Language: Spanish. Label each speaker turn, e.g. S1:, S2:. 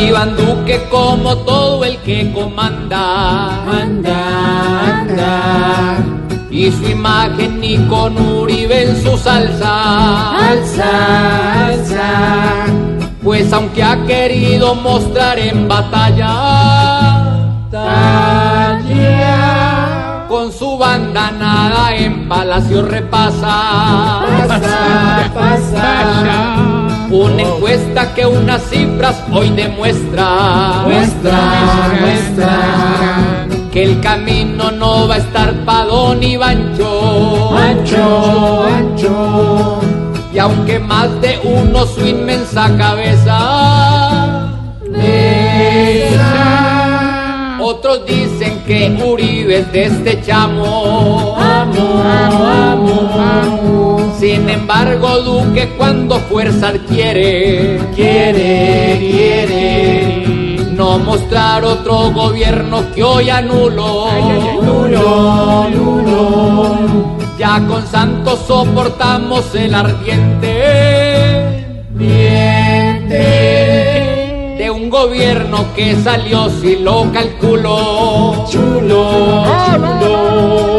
S1: Iván Duque como todo el que comanda, anda, anda, y su imagen ni con Uribe en su salsa, alza, alza, pues aunque ha querido mostrar en batalla, batalla, con su banda nada en palacio repasa, pasa, pasa. Una encuesta que unas cifras hoy demuestra, muestra, muestra, que el camino no va a estar padón ni bancho, ancho, ancho. Y aunque más de uno su inmensa cabeza besa, otros dicen que Uribe es de este chamo, amo, amo, amo. Sin embargo, Duque cuando fuerza adquiere, quiere, quiere, no mostrar otro gobierno que hoy anuló, anuló, anuló. Ya con Santos soportamos el ardiente, diente de un gobierno que salió si lo calculó, chulo, chulo.